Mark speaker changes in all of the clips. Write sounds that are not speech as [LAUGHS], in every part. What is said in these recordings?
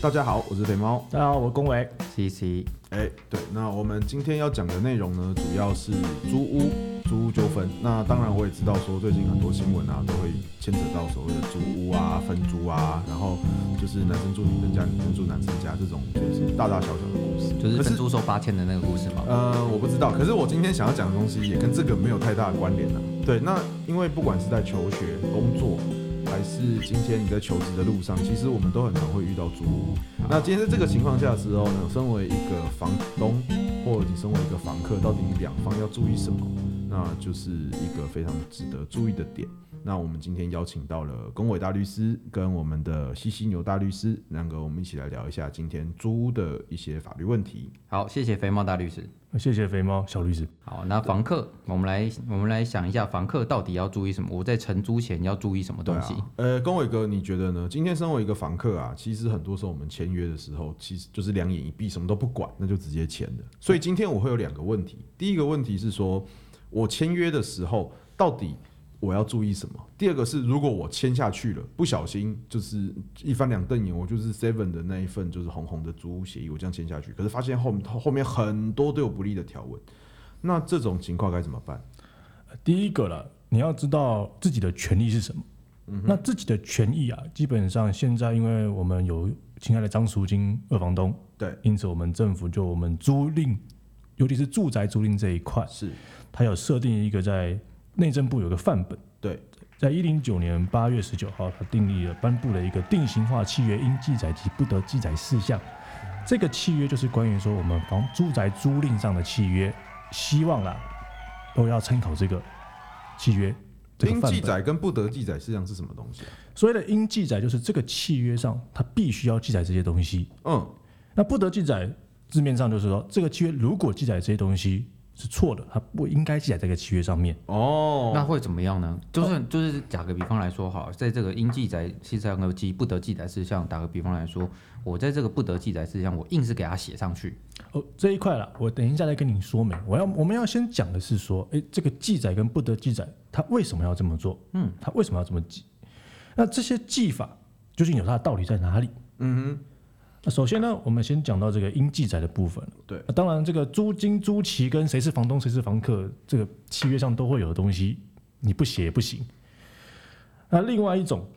Speaker 1: 大家好，我是肥猫。
Speaker 2: 大家好，我龚维。
Speaker 3: C C，
Speaker 1: 哎，对，那我们今天要讲的内容呢，主要是租屋、租屋纠纷。那当然，我也知道说最近很多新闻啊，都会牵扯到所谓的租屋啊、分租啊，然后就是男生住女生家、女生住男生家这种，就是大大小小的故事。
Speaker 3: 就是
Speaker 1: 可是
Speaker 3: 分猪收八千的啊那个故事吗？
Speaker 1: 呃，我不知道，可是我今天想要讲的东西也跟这个没有太大的关联啊。对，那因为不管是在求学、工作，还是今天你在求职的路上，其实我们都很常会遇到租屋。那今天在这个情况下的时候呢，身为一个房东，或者你身为一个房客，到底你两方要注意什么？那就是一个非常值得注意的点。那我们今天邀请到了龚伟大律师跟我们的西西牛大律师，两个我们一起来聊一下今天租屋的一些法律问题。
Speaker 3: 好，谢谢肥猫大律师。
Speaker 2: 呃谢谢肥猫小律师。
Speaker 3: 好，那房客，我们来我们来想一下，房客到底要注意什么？我在承租前要注意什么
Speaker 1: 对
Speaker 3: 东西？
Speaker 1: 啊、呃，龚伟哥，你觉得呢？今天身为一个房客啊，其实很多时候我们签约的时候，其实就是两眼一闭，什么都不管，那就直接签了。所以今天我会有两个问题，第一个问题是说，我签约的时候到底我要注意什么？第二个是，如果我签下去了，不小心就是一翻两瞪眼，我就是 Seven 的那一份就是红红的租屋协议，我这样签下去，可是发现后后面很多都有不利的条文，那这种情况该怎么办？
Speaker 2: 呃第一个了，你要知道自己的权利是什么。那自己的权益啊，基本上现在因为我们有亲爱的张赎金二房东，
Speaker 1: 对，
Speaker 2: 因此我们政府就我们租赁，尤其是住宅租赁这一块，
Speaker 1: 是
Speaker 2: 它有设定一个在内政部有个范本，
Speaker 1: 对，
Speaker 2: 在一零九年八月十九号，它订立了颁布了一个定型化契约应记载及不得记载事项。这个契约就是关于说我们房住宅租赁上的契约，希望啦都要参考这个契约这个
Speaker 1: 应
Speaker 2: 范
Speaker 1: 记
Speaker 2: 本。
Speaker 1: 载跟不得记载事项是什么东西啊？
Speaker 2: 所谓的应记载，就是这个契约上它必须要记载这些东西。
Speaker 1: 嗯，
Speaker 2: 那不得记载，字面上就是说这个契约如果记载这些东西是错的，它不应该记载在这个契约上面。
Speaker 1: 哦，
Speaker 3: 那会怎么样呢？就是就是打个比方来说，好，在这个应记载事项和及不得记载事项，打个比方来说，我在这个不得记载事项，我硬是给它写上去。
Speaker 2: 哦，这一块啦，我等一下再跟你说明。我要我们要先讲的是说，诶，这个记载跟不得记载，它为什么要这么做？嗯，它为什么要这么记？那这些记法究竟有它的道理在哪里？嗯哼。那首先呢，我们先讲到这个应记载的部分。
Speaker 1: 对
Speaker 2: 那当然，这个租金、租期跟谁是房东、谁是房客，这个契约上都会有的东西，你不写也不行。那另外一种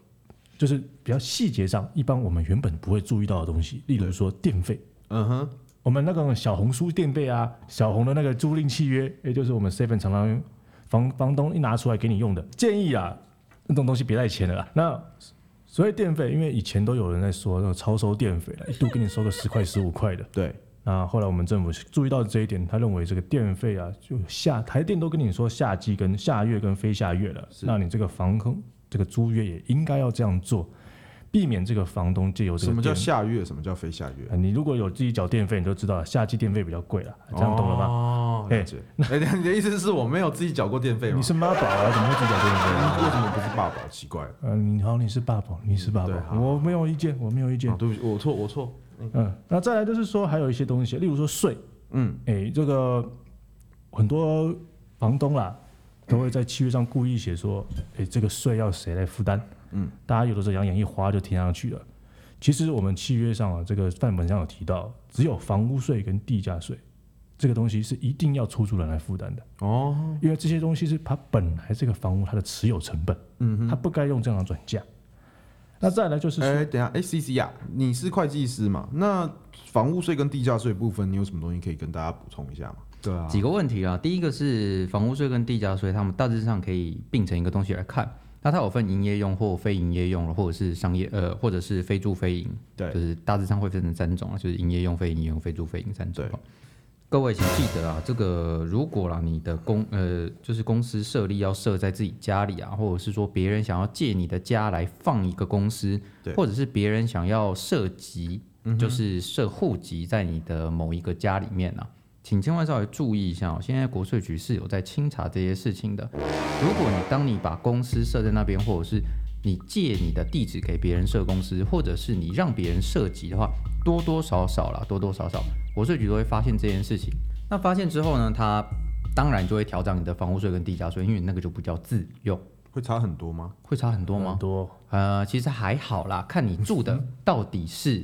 Speaker 2: 就是比较细节上，一般我们原本不会注意到的东西，例如说电费。
Speaker 1: 嗯哼，
Speaker 2: 我们那种小红书电费啊，小红的那个租赁契约，也就是我们 seven 常常房房东一拿出来给你用的，建议啊，那种东西别再签了啦。那所谓电费，因为以前都有人在说那种超收电费了，啊一度给你收个十块十五块的。
Speaker 1: 对，
Speaker 2: 那后来我们政府注意到这一点，他认为这个电费啊，就下台电都跟你说夏季跟下月跟非下月了，那你这个房空这个租约也应该要这样做，避免这个房东借由这个
Speaker 1: 什么叫
Speaker 2: 电费
Speaker 1: 下月，什么叫非下月？
Speaker 2: 呃你如果有自己缴电费，你就知道了，夏季电费比较贵了，这样懂了吗？
Speaker 1: 哦，了解。哎、等一下你的意思是我没有自己缴过电费吗？
Speaker 2: 你是妈宝啊，怎么会自己缴电费啊？
Speaker 1: 为什么不是爸爸？奇怪，
Speaker 2: 嗯、你好，你是爸宝，你是爸
Speaker 1: 嗯对
Speaker 2: 宝，
Speaker 1: 好
Speaker 2: 我没有意见，我没有意见
Speaker 1: 哦、。对不起，我错，我错。
Speaker 2: 嗯，那再来就是说，还有一些东西，例如说税，
Speaker 1: 嗯，
Speaker 2: 哎、这个很多房东啦，都会在契约上故意写说，哎、这个税要谁来负担？
Speaker 1: 嗯，
Speaker 2: 大家有的时候两眼一花就填上去了。其实我们契约上啊，这个范本上有提到，只有房屋税跟地价税这个东西是一定要出租人来负担的。
Speaker 1: 哦，
Speaker 2: 因为这些东西是它本来这个房屋它的持有成本，
Speaker 1: 嗯
Speaker 2: 它不该用这样的转嫁。那再来就是
Speaker 1: 哎、
Speaker 2: 说，
Speaker 1: 等一下，哎、c C 啊，你是会计师嘛？那房屋税跟地价税部分，你有什么东西可以跟大家补充一下吗？对啊，
Speaker 3: 几个问题啊，第一个是房屋税跟地价税，他们大致上可以并成一个东西来看。那它有分营业用或非营业用，或者是商业呃，或者是非住非营。就
Speaker 1: 对，
Speaker 3: 是大致上会分成三种啊，就是营业用、非营业用、非租、非营三种啊
Speaker 1: 对。
Speaker 3: 各位请记得啊，这个如果啦，你的公呃，就是公司设立要设在自己家里啊，或者是说别人想要借你的家来放一个公司
Speaker 1: 对，嗯
Speaker 3: 或者是别人想要设籍，就是设户籍在你的某一个家里面啊，请千万稍微注意一下哦。现在国税局是有在清查这些事情的。如果你当你把公司设在那边，或者是你借你的地址给别人设公司，或者是你让别人涉及的话，多多少少啦，多多少少，国税局都会发现这件事情。那发现之后呢，他当然就会调整你的房屋税跟地价税，因为那个就不叫自用，
Speaker 1: 会差很多吗？
Speaker 2: 嗯
Speaker 3: 会差很多吗
Speaker 2: 很？多
Speaker 3: 呃，其实还好啦，看你住的到底是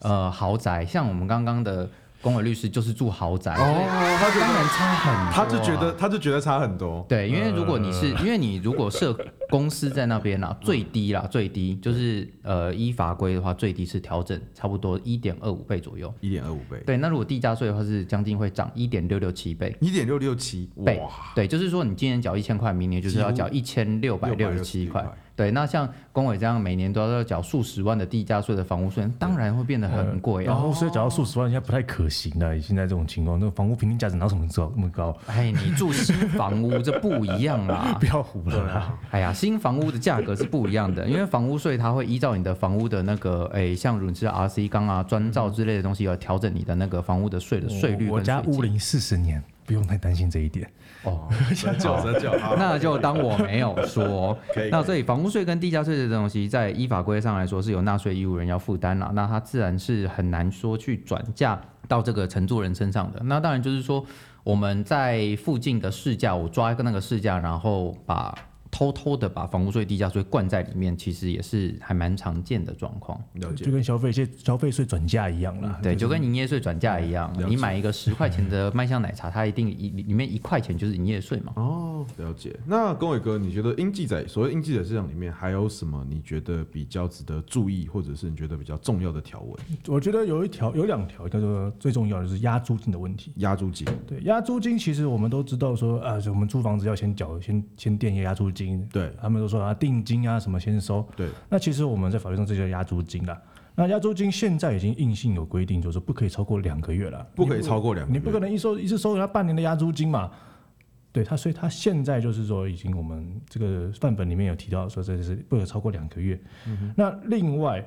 Speaker 3: 呃豪宅，像我们刚刚的公委律师就是住豪宅，所以
Speaker 1: 哦，他觉
Speaker 3: 当
Speaker 1: 得
Speaker 3: 然差很多啊、
Speaker 1: 他就觉得他就觉得差很多，
Speaker 3: 对，因为如果你是、因为你如果设公司在那边啦，最低啦，最低就是呃依法规的话，最低是调整差不多一点二五倍左右。
Speaker 1: 一点二五倍，
Speaker 3: 对，那如果地价税的话是将近会涨一点六六七倍。
Speaker 1: 一点六六七，
Speaker 3: 倍
Speaker 1: 哇，
Speaker 3: 对，就是说你今年缴一千块，明年就是要缴一千六百六十七块
Speaker 1: 667。
Speaker 3: 对，那像工委这样每年都要缴数十万的地价税的房屋税，当然会变得很贵
Speaker 2: 呃然
Speaker 3: 啊。
Speaker 2: 后所以讲到数十万，现在不太可行了。以现在这种情况，那个房屋平均价值哪有什么高那么高？
Speaker 3: 哎，你住新房屋这不一样
Speaker 2: [LAUGHS]
Speaker 3: 啦
Speaker 2: 不。要唬啊了啦。
Speaker 3: 哎呀，新房屋的价格是不一样的，因为房屋税它会依照你的房屋的那个，哎，像如你是 RC 钢啊、砖造之类的东西，要调整你的那个房屋的税的啊税率
Speaker 2: 我哦我
Speaker 3: 跟
Speaker 2: 家
Speaker 3: 税
Speaker 2: 屋
Speaker 3: 金。
Speaker 2: 龄四十年，不用太担心这一点。
Speaker 3: 哦，
Speaker 1: [LAUGHS] 折旧折旧，好
Speaker 3: 那就当我没有说
Speaker 1: [LAUGHS] 可以。
Speaker 3: 那
Speaker 1: 可
Speaker 3: 所以房屋税跟地价税这东西，在依法规上来说是由纳税义务人要负担啦，那它自然是很难说去转嫁到这个承租人身上的。那当然就是说，我们在附近的市价，我抓一个那个市价，然后把偷偷的把房屋税、地价税灌在里面，其实也是还蛮常见的状况。
Speaker 1: 了解
Speaker 2: 就。跟消费税消费税转嫁一样啦。
Speaker 3: 对，就跟营业税转嫁一样，
Speaker 1: 啊了解
Speaker 3: 你买一个十块钱的麦香奶茶，它一定一里面一块钱就是营业税嘛。
Speaker 1: 哦，了解。那龚伟哥，你觉得应记载所谓应记载市场里面还有什么你觉得比较值得注意，或者是你觉得比较重要的条文？
Speaker 2: 我觉得有一条有两条叫做最重要的就是押租金的问题。
Speaker 1: 押租金，
Speaker 2: 对，押租金其实我们都知道说，啊，就我们租房子要先缴先先垫一个押租金，
Speaker 1: 对
Speaker 2: 他们都说啊定金啊什么先收。
Speaker 1: 对，
Speaker 2: 那其实我们在法律上这叫押租金啦。那押租金现在已经硬性有规定，就是不可以超过两个月了，
Speaker 1: 不可以超过两个
Speaker 2: 你不
Speaker 1: 月。
Speaker 2: 可能一收一次收人家半年的押租金嘛？对他，所以他现在就是说，已经我们这个范本里面有提到说，这是不可超过两个月。
Speaker 1: 嗯
Speaker 2: 那另外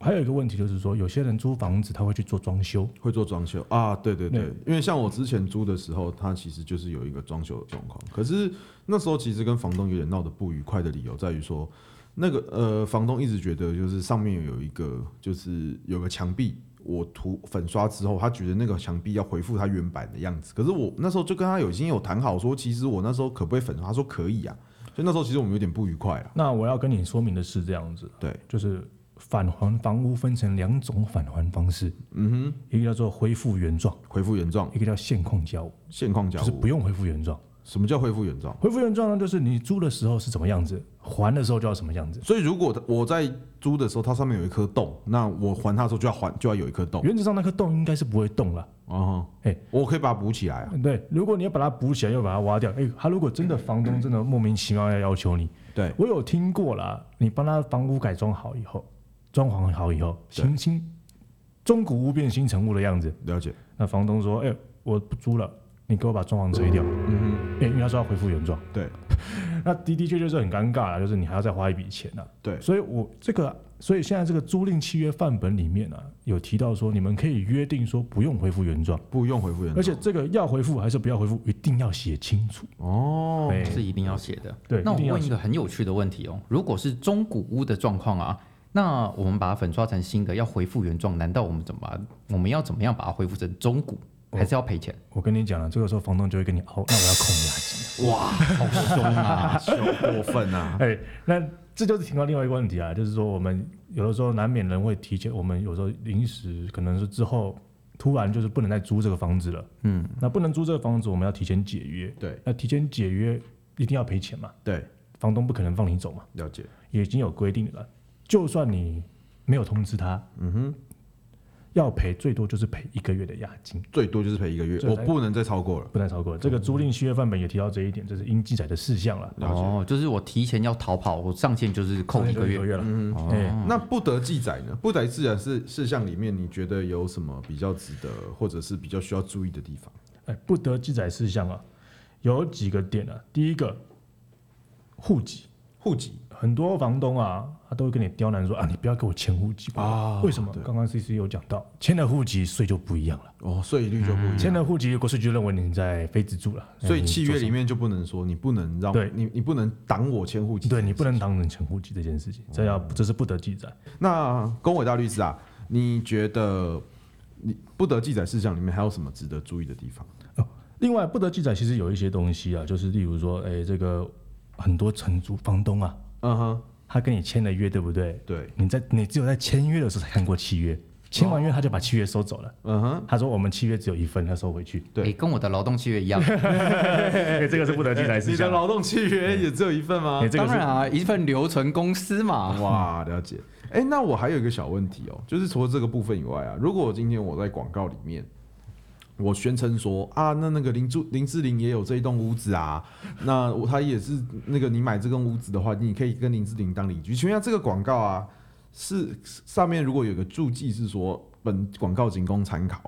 Speaker 2: 还有一个问题就是说，有些人租房子他会去做装修，
Speaker 1: 会做装修啊，对对对，因为像我之前租的时候，它其实就是有一个装修的状况，可是那时候其实跟房东有点闹得不愉快的理由在于说，那个呃房东一直觉得就是上面有一个就是有个墙壁，我涂粉刷之后，他觉得那个墙壁要恢复它原版的样子，可是我那时候就跟他有已经有谈好说，其实我那时候可不可以粉刷，他说可以啊，所以那时候其实我们有点不愉快了，
Speaker 2: 那我要跟你说明的是这样子，
Speaker 1: 对，
Speaker 2: 就是返还房屋分成两种返还方式，嗯哼，一个叫做恢复原状，
Speaker 1: 恢复原状，
Speaker 2: 一个叫现况交屋，
Speaker 1: 现况交
Speaker 2: 就是
Speaker 1: 屋
Speaker 2: 不，用恢复原状。
Speaker 1: 什么叫恢复原状？
Speaker 2: 恢复原状呢，就是你租的时候是怎么样子，还的时候就要什么样子。
Speaker 1: 所以如果它我在租的时候，它上面有一颗洞，那我还它的时候就要还就要有一颗洞
Speaker 2: 原则上那颗洞应该是不会动了。
Speaker 1: 哦。
Speaker 2: 哎
Speaker 1: 我可以把它补起来啊。
Speaker 2: 嗯对，如果你要把它补起来，要把它挖掉，哎、他如果真的房东真的莫名其妙要要求你，
Speaker 1: 对，
Speaker 2: 我有听过啦，你帮他房屋改装好以后，装潢好以后，
Speaker 1: 对
Speaker 2: 新新中古屋变新成屋的样子，
Speaker 1: 了解。
Speaker 2: 那房东说，哎、我不租了，你给我把装潢拆掉，
Speaker 1: 嗯
Speaker 2: 哎、因为他说要恢复原状
Speaker 1: 哼，，对
Speaker 2: [LAUGHS] 那的的确确是很尴尬啦，就是你还要再花一笔钱啊。
Speaker 1: 对，
Speaker 2: 所以我这个，所以现在这个租赁契约范本里面啊，有提到说，你们可以约定说不用恢复原状。
Speaker 1: 不用回复原状。
Speaker 2: 而且这个要回复还是不要回复，一定要写清楚。
Speaker 1: 哦，
Speaker 2: 哎
Speaker 3: 是一定要写的。
Speaker 2: 对
Speaker 3: 那我
Speaker 2: 一定要
Speaker 3: 问一
Speaker 2: 写
Speaker 3: 个很有趣的问题哦，如果是中古屋的状况啊，那我们把它粉刷成新的，要恢复原状，难道我们怎么把我们要怎么样把它恢复成中古？还是要赔钱？
Speaker 2: 我跟你讲啊了，这个时候房东就会跟你凹，那我要扣你押金。
Speaker 3: 哇，好凶啊！
Speaker 1: 啊，过分
Speaker 2: [LAUGHS]
Speaker 1: 啊！
Speaker 2: 哎，那这就是提到另外一个问题啊，就是说我们有的时候难免人会提前，我们有时候临时可能是之后突然就是不能再租这个房子了，
Speaker 3: 嗯，
Speaker 2: 那不能租这个房子，我们要提前解约。
Speaker 1: 对
Speaker 2: 那提前解约一定要赔钱嘛，
Speaker 1: 对，
Speaker 2: 房东不可能放你走嘛，
Speaker 1: 了解。
Speaker 2: 也已经有规定了。就算你没有通知他，嗯哼，要赔最多就是赔一个月的押金。
Speaker 1: 最多就是赔一个月，
Speaker 2: 这
Speaker 1: 我
Speaker 2: 才
Speaker 1: 不能再超过了。
Speaker 2: 不能超过。这个租赁契约范本也提到这一点，这是应记载的事项了。
Speaker 1: 了解
Speaker 3: 哦，就是我提前要逃跑，我上线就是扣一个
Speaker 2: 一个
Speaker 3: 月。
Speaker 2: 月了，嗯，
Speaker 3: 哦
Speaker 2: 哎，
Speaker 1: 那不得记载呢？不得记载事事项里面，你觉得有什么比较值得，或者是比较需要注意的地方？
Speaker 2: 哎，不得记载事项啊，有几个点啊。第一个，户籍，
Speaker 1: 户籍
Speaker 2: 很多房东啊，他都会跟你刁难说啊，你不要给我迁户籍
Speaker 1: 啊
Speaker 2: 为什么
Speaker 1: 对？
Speaker 2: 刚刚 C C 有讲到，迁了户籍税就不一样了。
Speaker 1: 哦，税率就不一样。
Speaker 2: 迁了户籍，国税局认为你在非自住了，
Speaker 1: 所以
Speaker 2: 你
Speaker 1: 契
Speaker 2: 嗯做
Speaker 1: 约
Speaker 2: 什
Speaker 1: 里
Speaker 2: 么
Speaker 1: 面就不能说你不能让
Speaker 2: 对
Speaker 1: 你你不能挡我迁户籍，
Speaker 2: 对你不能当成迁户籍这件事情，这要这是不得记载。
Speaker 1: 那龚伟大律师啊，你觉得你不得记载事项里面还有什么值得注意的地方？
Speaker 2: 哦另外，不得记载其实有一些东西啊，就是例如说，哎，这个很多承租房东啊，
Speaker 1: 嗯哼，
Speaker 2: 他跟你签了约，对不对？
Speaker 1: 对，
Speaker 2: 你在你只有在签约的时候才看过契约，签完约他就把契约收走了。
Speaker 1: 嗯哼，
Speaker 2: 他说我们契约只有一份，要收回去。
Speaker 1: 对
Speaker 3: 诶哎跟我的劳动契
Speaker 2: [LAUGHS]
Speaker 3: 约一样。
Speaker 2: 哎，这个是不得进来事
Speaker 1: 你的
Speaker 2: 项。
Speaker 1: 劳动契约也只有一份吗
Speaker 2: 哎，？这
Speaker 3: 当
Speaker 2: 个是
Speaker 3: 然啊，一份留存公司嘛。
Speaker 1: 哇，了解。哎、那我还有一个小问题哦，就是除了这个部分以外啊，如果我今天我在广告里面，我宣称说啊，那那个林志林志玲也有这一栋屋子啊，那我他也是那个你买这栋屋子的话，你可以跟林志玲当邻居。请问一下，这个广告啊，是上面如果有个注记是说本广告仅供参考，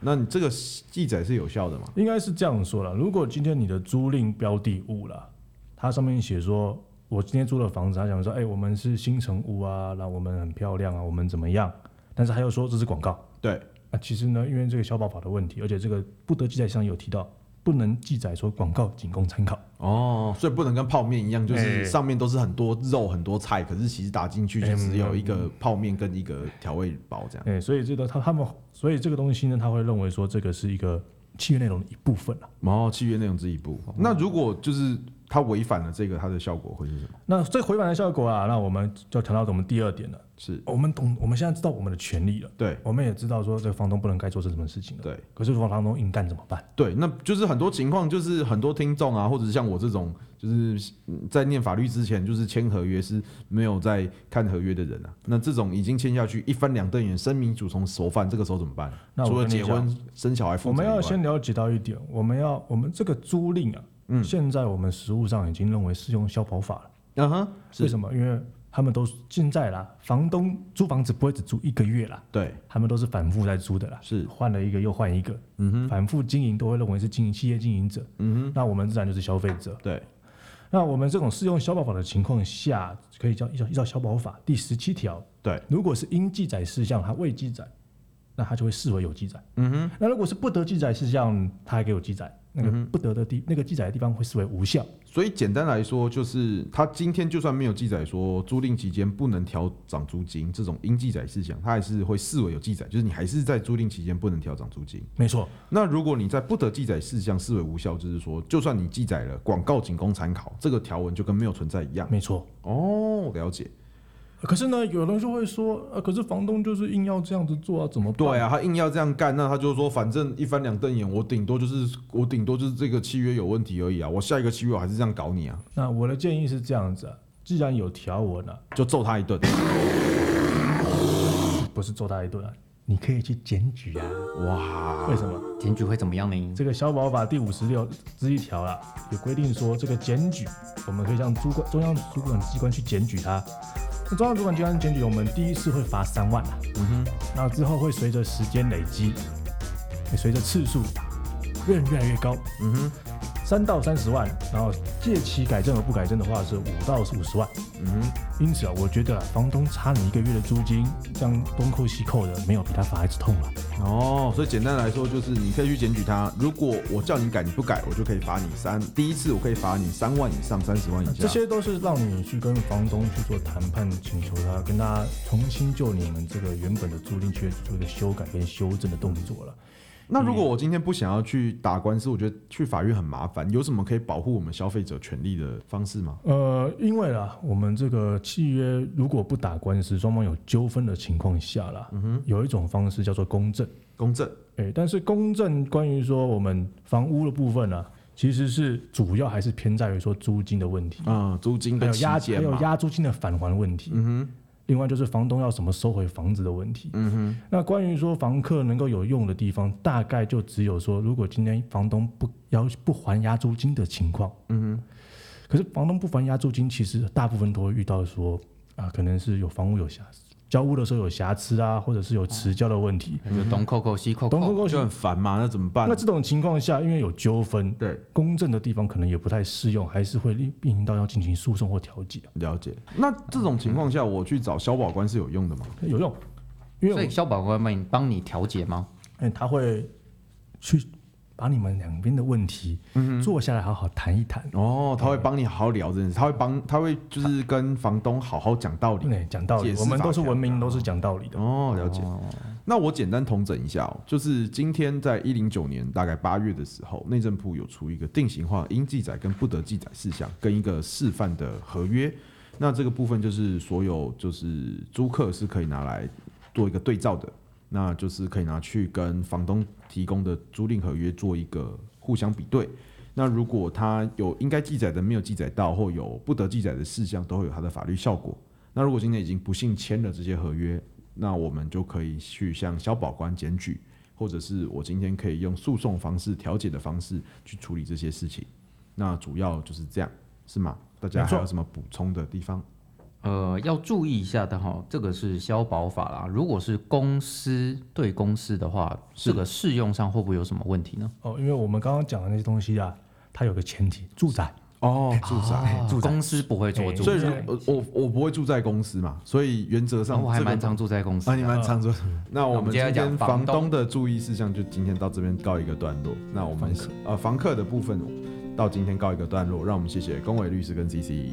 Speaker 1: 那你这个记载是有效的吗？
Speaker 2: 应该是这样说了。如果今天你的租赁标的物啦，它上面写说，我今天租的房子，它讲说，哎、我们是新城屋啊，那我们很漂亮啊，我们怎么样？但是他又说这是广告。
Speaker 1: 对，
Speaker 2: 那其实呢，因为这个消保法的问题，而且这个不得记载上有提到，不能记载说广告仅供参考。
Speaker 1: 哦，所以不能跟泡面一样，就是
Speaker 2: 哎
Speaker 1: 上面都是很多肉、很多菜，可是其实打进去就只有一个泡面跟一个调味包这样。
Speaker 2: 哎、所以这个他他们，所以这个东西呢，他会认为说这个是一个契约内容的一部分啊。
Speaker 1: 然后契约内容这一步，哦那如果就是它违反了这个，它的效果会是什么？
Speaker 2: 那这回返的效果啊，那我们就要谈到我们第二点了。
Speaker 1: 是
Speaker 2: 我们懂，我们现在知道我们的权利了。
Speaker 1: 对
Speaker 2: 我们也知道说这个房东不能该做这什么事情了。
Speaker 1: 对
Speaker 2: 可是如果房东硬干怎么办？
Speaker 1: 对，那就是很多情况，就是很多听众啊，或者是像我这种，就是嗯在念法律之前，就是签合约是没有在看合约的人啊，那这种已经签下去一翻两瞪眼，声明主从熟犯，这个时候怎么办？
Speaker 2: 那我
Speaker 1: 除了
Speaker 2: 跟你
Speaker 1: 结婚生小孩负责
Speaker 2: 我们
Speaker 1: 以
Speaker 2: 要
Speaker 1: 外
Speaker 2: 先了解到一点，我们要我们这个租赁啊，
Speaker 1: 嗯
Speaker 2: 现在我们实务上已经认为适用消保法了。
Speaker 1: 嗯哼，
Speaker 2: 为
Speaker 1: 是
Speaker 2: 什么？因为他们都是现在啦，房东租房子不会只租一个月啦，
Speaker 1: 对
Speaker 2: 他们都是反复在租的啦，
Speaker 1: 是
Speaker 2: 换了一个又换一个，
Speaker 1: 嗯哼
Speaker 2: 反复经营都会认为是经营企业经营者，
Speaker 1: 嗯哼
Speaker 2: 那我们自然就是消费者。
Speaker 1: 对
Speaker 2: 那我们这种适用消保法的情况下，可以叫依照依照消保法第十七条，
Speaker 1: 对
Speaker 2: 如果是应记载事项它未记载，那它就会视为有记载。
Speaker 1: 嗯哼。嗯
Speaker 2: 那如果是不得记载事项，它还给我记载，那个不得的地、那个记载的地方会视为无效。
Speaker 1: 所以简单来说，就是他今天就算没有记载说租赁期间不能调涨租金这种应记载事项，他还是会视为有记载，就是你还是在租赁期间不能调涨租金。
Speaker 2: 没错，
Speaker 1: 那如果你在不得记载事项视为无效，就是说，就算你记载了，广告仅供参考，这个条文就跟没有存在一样。
Speaker 2: 没错。
Speaker 1: 哦，了解。
Speaker 2: 可是呢，有人就会说，呃，可是房东就是硬要这样子做啊，怎么办？
Speaker 1: 对啊，他硬要这样干，那他就说，反正一翻两瞪眼，我顶多就是我顶多就是这个契约有问题而已啊，我下一个契约我还是这样搞你啊，
Speaker 2: 那我的建议是这样子、啊，既然有条文了、啊，
Speaker 1: 就揍他一顿。
Speaker 2: 不是揍他一顿啊，你可以去检举啊。
Speaker 1: 哇，
Speaker 2: 为什么？
Speaker 3: 检举会怎么样呢？
Speaker 2: 这个消保法第五十六之一条啦，有规定说，这个检举我们可以向主管中央主管机关去检举它。那中央主管机关检举，我们第一次会罚三万啊，
Speaker 1: 嗯哼，
Speaker 2: 那之后会随着时间累积，也随着次数，越越来越高，
Speaker 1: 嗯哼，
Speaker 2: 三到三十万，然后借期改正和不改正的话是五到五十万。
Speaker 1: 嗯哼。
Speaker 2: 因此啊，我觉得啊房东差你一个月的租金，这样东扣西扣的，没有比他罚还子痛了。
Speaker 1: 哦，所以简单来说就是，你可以去检举他。如果我叫你改你不改，我就可以罚你三。第一次我可以罚你三万以上，三十万以下。
Speaker 2: 啊这些都是让你去跟房东去做谈判，请求他跟他重新就你们这个原本的租赁契约做一个修改跟修正的动作了。
Speaker 1: 那
Speaker 2: 嗯
Speaker 1: 如果我今天不想要去打官司，我觉得去法院很麻烦。有什么可以保护我们消费者权利的方式吗？
Speaker 2: 呃，因为啦，我们这个契约如果不打官司，双方有纠纷的情况下啦，
Speaker 1: 嗯
Speaker 2: 有一种方式叫做公证。
Speaker 1: 公正
Speaker 2: 诶，但是公证关于说我们房屋的部分呢、其实是主要还是偏在于说租金的问题，
Speaker 1: 啊、嗯租金
Speaker 2: 还
Speaker 1: 跟
Speaker 2: 有
Speaker 1: 期
Speaker 2: 押还
Speaker 1: 间
Speaker 2: 有
Speaker 1: 嘛。
Speaker 2: 押租金的返还问题。
Speaker 1: 嗯
Speaker 2: 另外就是房东要什么收回房子的问题。
Speaker 1: 哼，嗯哼，
Speaker 2: 那关于说房客能够有用的地方，大概就只有说，如果今天房东不要不还押租金的情况，
Speaker 1: 嗯哼，
Speaker 2: 可是房东不还押租金，其实大部分都会遇到说啊，可能是有房屋有瑕交屋的时候有瑕疵啊，或者是有迟交的问题。
Speaker 3: 那就东扣扣西扣
Speaker 2: 东风
Speaker 3: 扣，
Speaker 2: 过去
Speaker 1: 哦就，很烦嘛，那怎么办
Speaker 2: 那？这种情况下，因为有纠纷，
Speaker 1: 对，
Speaker 2: 公正的地方可能也不太适用，还是会令面临到要进行诉讼或调解，啊
Speaker 1: 了解。那这种情况下，我去找消保官是有用的吗？
Speaker 2: 有用，因为我
Speaker 3: 所以消保官帮你帮你调解吗？
Speaker 2: 哎他会去把你们两边的问题坐下来好好谈一谈。
Speaker 1: 哦，他会帮你好好聊这件事，他会帮，他会就是跟房东好好讲道理。
Speaker 2: 对，讲道
Speaker 1: 解
Speaker 2: 理，
Speaker 1: 释
Speaker 2: 我们
Speaker 1: 法
Speaker 2: 都是
Speaker 1: 条啊
Speaker 2: 文明，都是讲道理的。
Speaker 1: 哦，了解。那我简单统整一下哦，就是今天在一零九年大概八月的时候，内政部有出一个定型化应记载跟不得记载事项跟一个示范的合约。那这个部分就是所有就是租客是可以拿来做一个对照的。那就是可以拿去跟房东提供的租赁合约做一个互相比对。那如果它有应该记载的没有记载到，或有不得记载的事项，都会有它的法律效果。那如果今天已经不幸签了这些合约，那我们就可以去向消保官检举，或者是我今天可以用诉讼方式、调解的方式去处理这些事情。那主要就是这样，是吗？大家
Speaker 2: 没
Speaker 1: 还
Speaker 2: 错
Speaker 1: 有什么补充的地方？
Speaker 3: 呃，要注意一下的哈，这个是消保法啦。如果是公司对公司的话，这个适用上会不会有什么问题呢？
Speaker 2: 哦，因为我们刚刚讲的那些东西啊，它有个前提，住宅
Speaker 1: 哦，住宅。
Speaker 3: 啊公司不会做
Speaker 2: 哎
Speaker 3: 住
Speaker 1: 所以
Speaker 3: 宅，
Speaker 1: 如
Speaker 2: 宅
Speaker 1: 我我我不会住在公司嘛，所以原则
Speaker 3: 然
Speaker 1: 上
Speaker 3: 哦后我还
Speaker 1: 这个
Speaker 3: 蛮常住在公司
Speaker 1: 啊，你
Speaker 3: 的。
Speaker 1: 蛮常说。那我
Speaker 3: 我们
Speaker 1: 们
Speaker 3: 接
Speaker 1: 今
Speaker 3: 着讲
Speaker 1: 天
Speaker 3: 房
Speaker 1: 房
Speaker 3: 东
Speaker 1: 东的注意事项就今天到这边告一个段落。那我们呃房客的部分到今天告一个段落，让我们谢谢龚伟律师跟 C C。